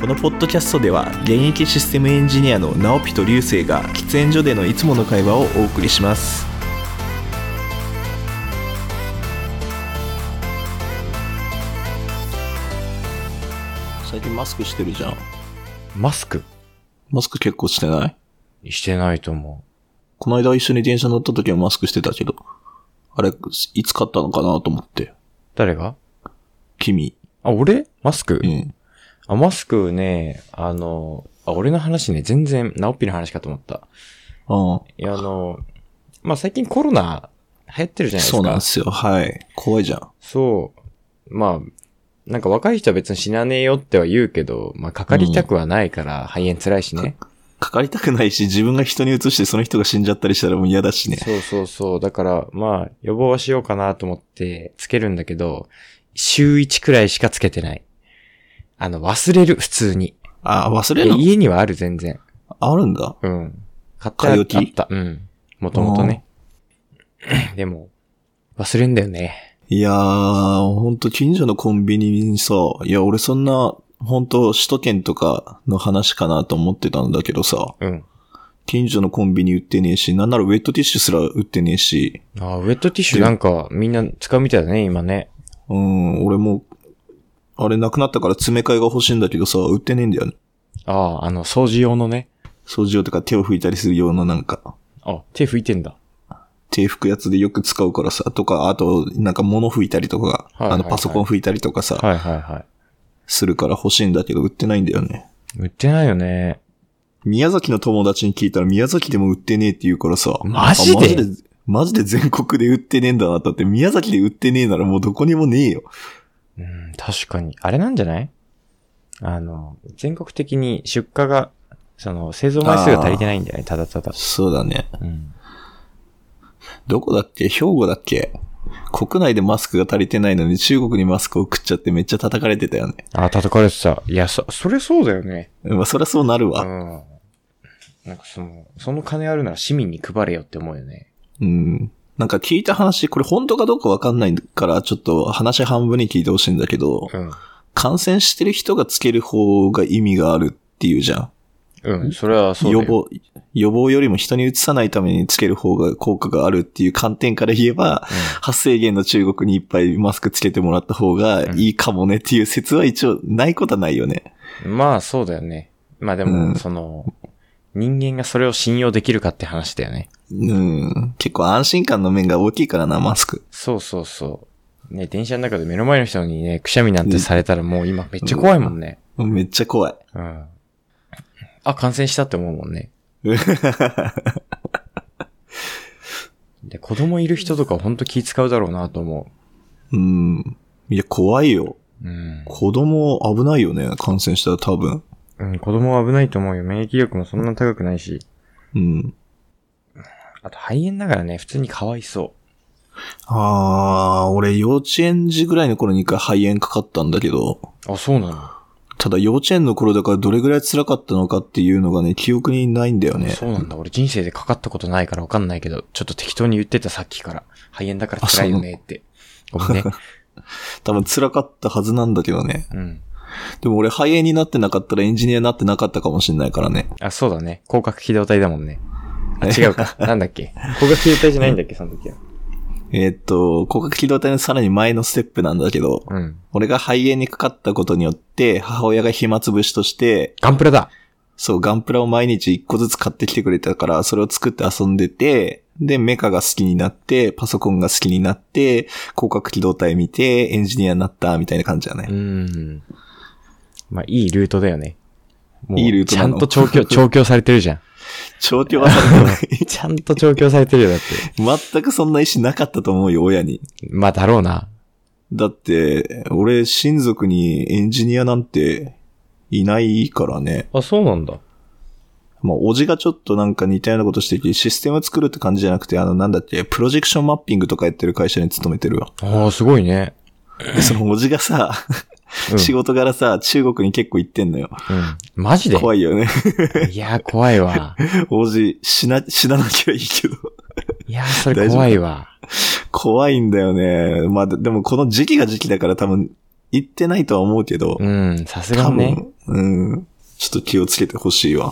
このポッドキャストでは現役システムエンジニアの直ピと流星が喫煙所でのいつもの会話をお送りします最近マスクしてるじゃんマスクマスク結構してないしてないと思この間一緒に電車乗った時はマスクしてたけどあれいつ買ったのかなと思ってう。誰が君あ、俺マスク、うんあ、マスクね、あの、あ、俺の話ね、全然、ナオッピの話かと思った。あいや、あの、まあ、最近コロナ流行ってるじゃあないですか。そうなんですよはい怖いじゃんそう。まあ、なんか若い人は別に死なねえよっては言うけど、まあ、かかりたくはないから、肺炎辛いしね。かかりたくないし、自分が人に移してその人が死んじゃったりしたらもう嫌だしね。そうそうそう。だから、まあ、予防はしようかなと思って、つけるんだけど、週1くらいしかつけてない。あの、忘れる、普通に。あ、忘れいるやの家にはある、全然。あるんだ。うん。買っ買い置きあった。うん。もともとね。 でも、忘れんだよね。いやー、ほんと近所のコンビニにさ、いや、俺そんな、ほんと首都圏とかの話かなと思ってたんだけどさ、うん。近所のコンビニ売ってねえし、なんならウェットティッシュすら売ってねえし、ああ、ウェットティッシュなんかみんな使うみたいだね、今ね。うん、俺もう、あれなくなったから詰め替えが欲しいんだけどさ、売ってねえんだよね。ああ、あの、掃除用のね。掃除用とか手を拭いたりする用のなんか、あ、手拭いてんだ。手拭くやつでよく使うからさ、とか、あと、なんか物拭いたりとか、はいはいはいあのパソコン拭いたりとかさ、はいはいはするから欲しいんだけど売ってないんだよね。い。売ってないよね。宮崎の友達に聞いたら宮崎でも売ってねえって言うからさ。マジであマジでマジで全国で売ってねえんだなだって宮崎で売ってねえならもうどこにもねえよ。うん、確かに。あれなんじゃないあの、全国的に出荷が、その、製造枚数が足りてないんじゃないただただ。そうだね。うん。どこだっけ兵庫だっけ国内でマスクが足りてないのに中国にマスクを送っちゃってめっちゃ叩かれてたよね。あ、叩かれてた。いや、そ、それそうだよね。まあそりゃそうなるうわ。ん。なんかその、その金あるなら市民に配れよって思うよね。うん。なんか聞いた話、これ本当かどうかわかんないからちょっと話半分に聞いてほしいんだけど、ん。感染してる人がつける方が意味があるっていうじゃん。うん、それはそうだ予よ。防、予防よりも人に移さないためにつける方が効果があるっていう観点から言えば、発生源の中国にいっぱいマスクつけてもらった方がいいかもねっていう説は一応ないことはないよね。うん。まあ、そうだよね。まあでも、うんその、人間がそれを信用できるかって話だよね。うん。結構安心感の面が大きいからな、マスク。そうそうそう。ね、電車の中で目の前の人にね、くしゃみなんてされたらもう今めっちゃ怖いもんね。めっちゃ怖い。うん。あ、感染したって思うもんね。で、子供いる人とかほんと気使うだろうなと思 うん。いや、怖いよ。う。うん。子供危ないよね、感染したら多分。うん、子供は危ないと思うよ。免疫力もそんな高くないし。うん。あと肺炎だからね、普通にかわいそあー、俺幼稚園児ぐらいの頃に一回肺炎かかったんだけど、う。あ、そうなのただ幼稚園の頃だからどれぐらい辛かったのかっていうのがね、記憶にないんだよね。そうなんだ。俺人生でかかったことないからわかんないけど、ちょっと適当に言ってたさっきから。肺炎だから辛いよねって。ごめん ね。多分辛かったはずなんだけどね。うん。でも俺肺炎になってなかったらエンジニアになってなかったかもしれないからね。あ、そうだね。広角機動隊だもんね。あ、違う か。なんだっけ。広角機動隊じゃないんだっけ、その時は。えーっと、広角機動隊のさらに前のステップなんだけど、うん。俺が肺炎にかかったことによって、母親が暇つぶしとして、ガンプラだそう、ガンプラを毎日一個ずつ買ってきてくれたから、それを作って遊んでて、で、メカが好きになって、パソコンが好きになって、広角機動隊見て、エンジニアになった、みたいな感じだねう。ん。まあ、いいルートだよね。もういいルートちなゃのんと調 教、調教されてるじゃん。調教はされてない。 ちゃんと調教されてるよ、だって。全くそんな意思なかったと思うよ、親に。まあ、だろうな。だって、俺、親族にエンジニアなんていないからね。あ、そうなんだ。まあ、おじがちょっとなんか似たようなことしてて、システム作るって感じじゃなくて、あの、なんだっけ、プロジェクションマッピングとかやってる会社に勤めてるわ。ああ、すごいね。で、そのおじがさ、うん仕事柄さ、中国に結構行ってんのよ。うん。マジで怖いよね。 いやー、怖いわ。おじ、死な、死ななきゃいいけど。いやー、それ怖いわ。怖いんだよね。まあ、ででもこの時期が時期だから多分、行ってないとは思うけど、うん、さすが多にね。分、うん、ちょっと気をつけてほしいわ。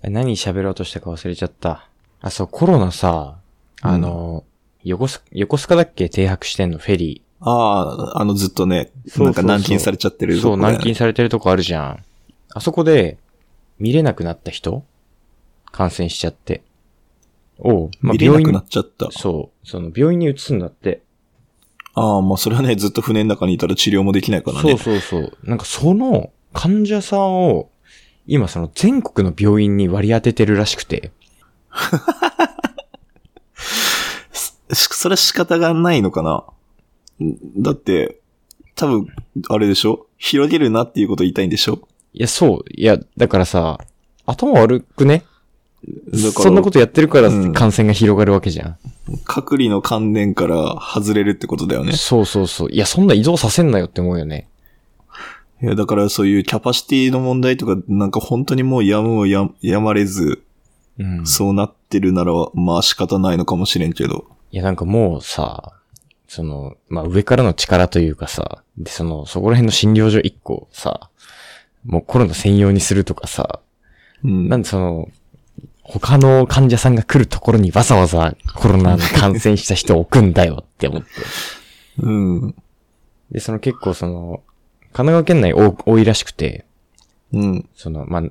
うん何喋ろうとしたか忘れちゃった。あ、そう、コロナさ、あの、横須横須賀だっけ停泊してんの、フェリああ、あのずっとね、そうそうそうなんか軟禁されちゃってるー。とそう、こだよ軟ね禁されてるとこあるじゃん。あそこで、見れなくなった人感染しちゃって。を、まあ、見れ病なく院なっちゃった。そう、その病院に移すんだって。ああ、まあそれはね、ずっと船の中にいたら治療もできないからね。そうそうそう。なんかその患者さんを、今その全国の病院に割り当ててるらしくて。しそれは仕方がないのかなんだって、多分、あれでしょ広げるなっていうこと言いたいんでしょいや、そう。いや、だからさ、頭悪くねだかそんなこら、とやってるからうん感染が広がるわけじゃん。隔離の観念から外れるってことだよね。そうそうそう。いや、そんな移動させんなよって思うよね。いや、だからそういうキャパシティの問題とか、なんか本当にもうやむをややまれず、うん。そうなってるなら、まあ仕方ないのかもしれんけど。いや、なんかもうさ、その、まあ、上からの力というかさ、で、その、そこら辺の診療所1個さ、もうコロナ専用にするとかさ、うん。なんでその、他の患者さんが来るところにわざわざコロナに感染した人を置くんだよって思って。うん。 で、その結構その、神奈川県内多多いらしくて、うん。その、まあ、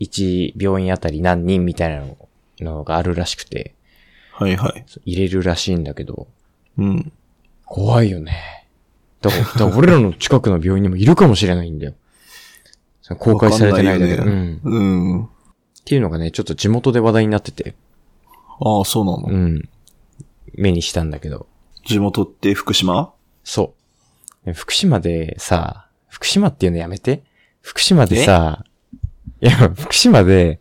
1病院あたり何人みたいなののがあるらしくて、はいはい。そう入れるらしいんだけど、うん。怖いよね。だから、だから 俺らの近くの病院にもいるかもしれないんだよ。その公開されてないんだけど、わかんうん。っうん。ていうのがね、ちょっと地元で話題になってて、ああ、そうなの、うん。目にしたんだけど。地元って福島そう。福島でさ、福島っていうのやめて。福島でさ、いや、福島で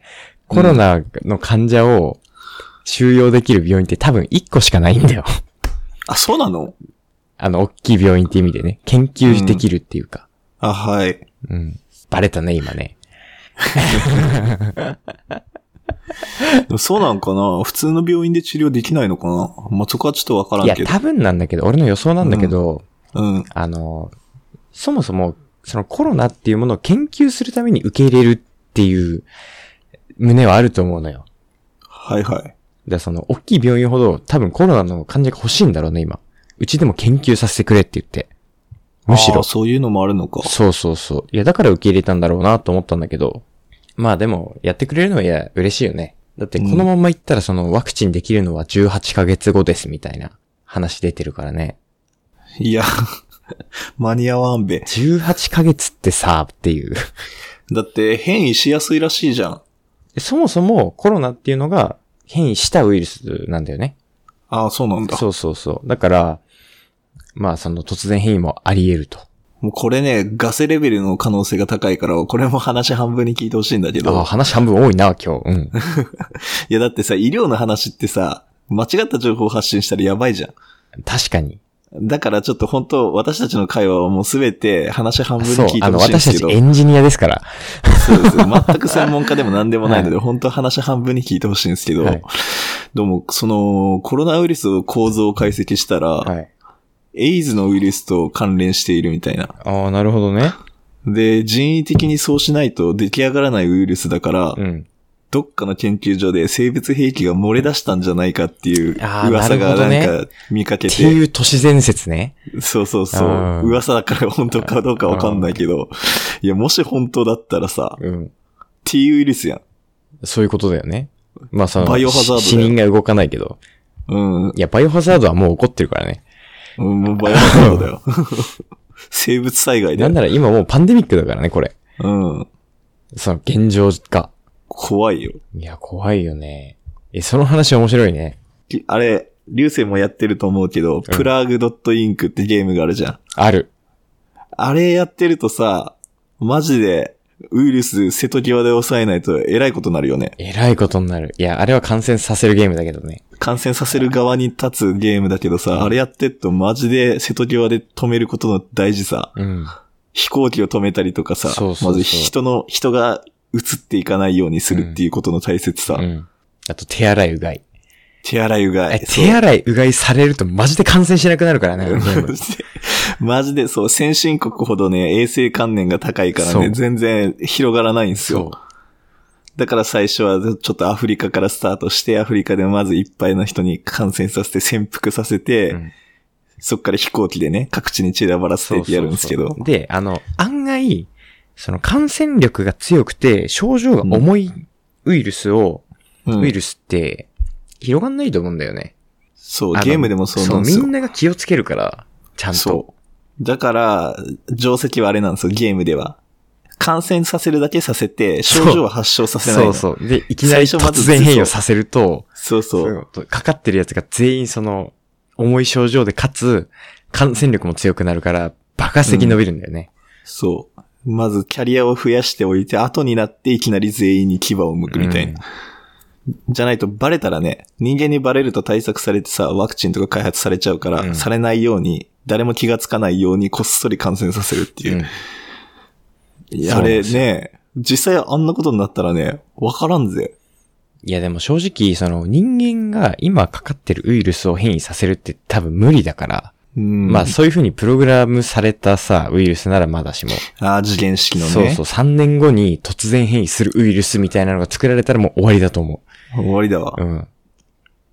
コロナの患者を収容できる病院って多分1個しかないんだよ。 あ、そうなのあの、大きい病院って意味でね。研究できるっていうか。あ、はい。うん。バレたね、今ね。でもそうなんかな普通の病院で治療できないのかなまあ、そこはちょっとわからいや、んけど。多分なんだけど、俺の予想なんだけど、うん。あの、そもそも、そのコロナっていうものを研究するために受け入れるっていう胸はあると思うのよ。はいはい。で、その、大きい病院ほど多分コロナの患者が欲しいんだろうね、今。うちでも研究させてくれって言って。むしあろ。あそういうのもあるのか。そうそうそう。いや、だから受け入れたんだろうなと思ったんだけど。まあでも、やってくれるのはいや、嬉しいよね。だって、このまま行ったらその、ワクチンできるのは18ヶ月後です、みたいな話出てるからね。いや、 間に合わんべ。 18ヶ月ってさ、っていう。 だって変異しやすいらしいじゃん。でそもそもコロナっていうのが変異したウイルスなんだよね。ああ、そうなんだ。そうそうそう。だから、まあその突然変異もあり得ると。もうこれね、ガセレベルの可能性が高いから、これも話半分に聞いてほしいんだけああ、ど。話半分多いな、今日。うん。 いや、だってさ、医療の話ってさ、間違った情報を発信したらやばいじゃん。確かに。だからちょっと本当、私たちの会話はもうすべて話半分にそう聞い、てあの、ほしいんで私すたけちど。エンジニアですから。そうです。全く専門家でも何でも ないので、本当話半分に聞いてほしいんですけど、はいどうも、その、コロナウイルスの構造を解析したら、はい。エイズのウイルスと関連しているみたいな。ああ、なるほどね。で、人為的にそうしないと出来上がらないウイルスだから、うん。どっかの研究所で生物兵器が漏れ出したんじゃないかっていうあー噂がなるほどねなんか見かけってて、いう都市伝説ね。そうそうそううん、噂だから本当かどうかわかんないけど、いや、もし本当だったらさ、うん。 T ウイルスやん。そういうことだよね。まあその、バイオハザードだよ死人が動かないけど。うん、いや、バイオハザードはもう起こってるからね。うん、もうバイオハザードだ よ。生物災害だなよ。んなら今もうパンデミックだからね、これ。うん。その現状が。怖いよ。いや、怖いよね。え、その話面白いね。きあれ、流星もやってると思うけど、プラーグドットインクってゲームがあるじゃん。ある。あれやってるとさ、マジで、ウイルス瀬戸際で抑えないとえらいことになるよね。えらいことになる。いや、あれは感染させるゲームだけどね。感染させる側に立つゲームだけどさ、あれやってっとマジで瀬戸際で止めることの大事さ。うん。飛行機を止めたりとかさ、そうそうそうまず人の、人が移っていかないようにするっていうことの大切さ。うん。あと、手洗い、うがい。手洗いうがえい。手洗い、うがいされるとマジで感染しなくなるからね、あのゲームそう マジでそう、先進国ほどね、衛生観念が高いからそね、う全然広がらないんですよ。だから最初はちょっとアフリカからスタートして、アフリカでまずいっぱいの人に感染させて、潜伏させて、うんそっから飛行機でね、各地に散らばらせてってやるんですけど。そうそうそうで、あの、案外、その感染力が強くて、症状が重いウイルスを、うんウイルスって、広がんないと思うんだよね。そうあ、のゲームでもそうなんですみよん。なが気をつけるから、ちゃんと。そう。だから、定石はあれなんですよ、ゲームでは。感染させるだけさせて、そう症状は発症させないその。うそう。で、いきなり最初まず突然変異をさせると、そうそう。そうかかってるやつが全員その、重い症状で、かつ、感染力も強くなるから、爆発的に伸びるんだよね。そう。まずキャリアを増やしておいて、後になっていきなり全員に牙を向くみたいな。じゃないとバレたらね、人間にバレると対策されてさ、ワクチンとか開発されちゃうから、うんされないように、誰も気がつかないようにこっそり感染させるっていうう。ん。いやあそうなんれですよね、実際あんなことになったらね、わからんぜ。いやでも正直、その人間が今かかってるウイルスを変異させるって多分無理だから、うん。まあそういう風にプログラムされたさ、ウイルスならまだしも、ああ、次元式のね。そうそう、3年後に突然変異するウイルスみたいなのが作られたらもう終わりだと思終わりだわう。。うん。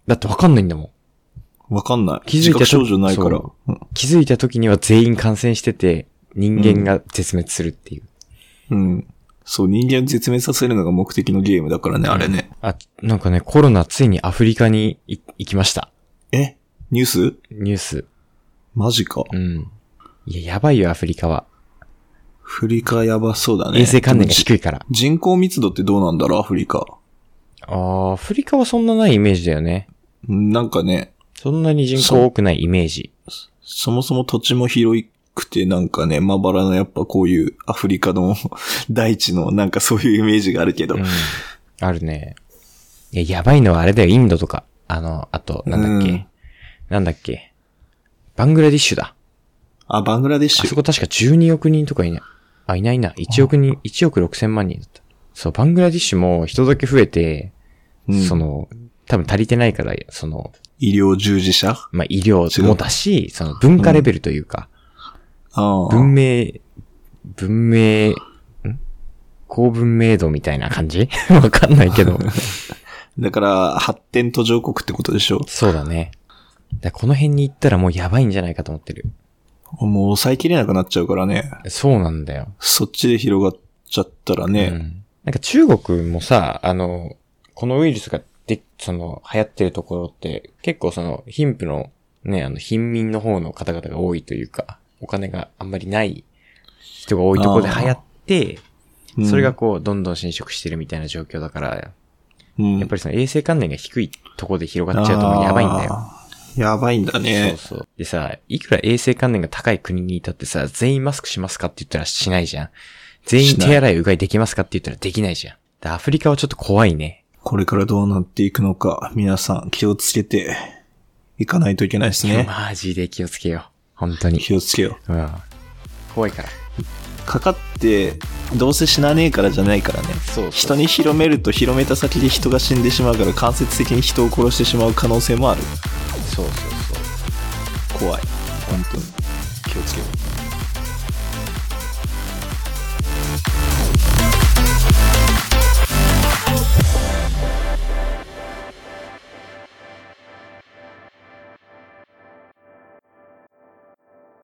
だってわかんないんだもん。わかんない。気づいた自覚症状ないから。そうん気づいた時には全員感染してて、人間が絶滅するっていう。うん。そう、人間を絶滅させるのが目的のゲームだからね、あれね。あ、なんかね、コロナついにアフリカにい行きました。えニュースニュース。マジか。うん。いや、やばいよ、アフリカは。アフリカやばそうだね。衛生観念でもがじ低いから。人口密度ってどうなんだろう、アフリカ。あーアフリカはそんなないイメージだよね。うんなんかね、そんなに人そう口多くないイメージ。そもそも土地も広くて、なんかね、まばらなやっぱこういうアフリカの 大地のなんかそういうイメージがあるけど。うん。あるね。いや、やばいのはあれだよ、インドとか。あの、あと、なんだっけ。うんなんだっけ。バングラディッシュだ。あ、バングラデシあそュ。こ確か12億人とかいない。あ、いないな。1億人、1億6千万人だった。そう、バングラディッシュも人だけ増えて、うんその、多分足りてないから、その、医療従事者まあ、医療違うもだし、その文化レベルというか、ああ。文明、文明、ん高文明度みたいな感じ わかんないけど。だから、発展途上国ってことでしょ そうだね。だこの辺に行ったらもうやばいんじゃないかと思ってる。もう抑えきれなくなっちゃうからね。そうなんだよ。そっちで広がっちゃったらうね。ん。なんか中国もさ、あの、このウイルスがで、その、流行ってるところって、結構その、貧富の、ね、あの、貧民の方の方々が多いというか、お金があんまりない人が多いところで流行って、うんそれが、こう、どんどん侵食してるみたいな状況だから、うん、やっぱりその衛生観念が低いとこで広がっちゃうともうやばいんだよ。あー。やばいんだね。そうそう。でさ、いくら衛生観念が高い国にいたってさ、全員マスクしますかって言ったらしないじゃん。全員しない手洗いうがいできますかって言ったらできないじゃん。でアフリカはちょっと怖いね。これからどうなっていくのか、皆さん気をつけていかないといけないですね。マジで気をつけよう。本当に。気をつけようん。怖いから。う。かかって、どうせ死なねえからじゃないからね。そう人に広めると広めた先で人が死んでしまうから間接的に人を殺してしまう可能性もある。そうそうそう。怖い。本当に。気をつけよう。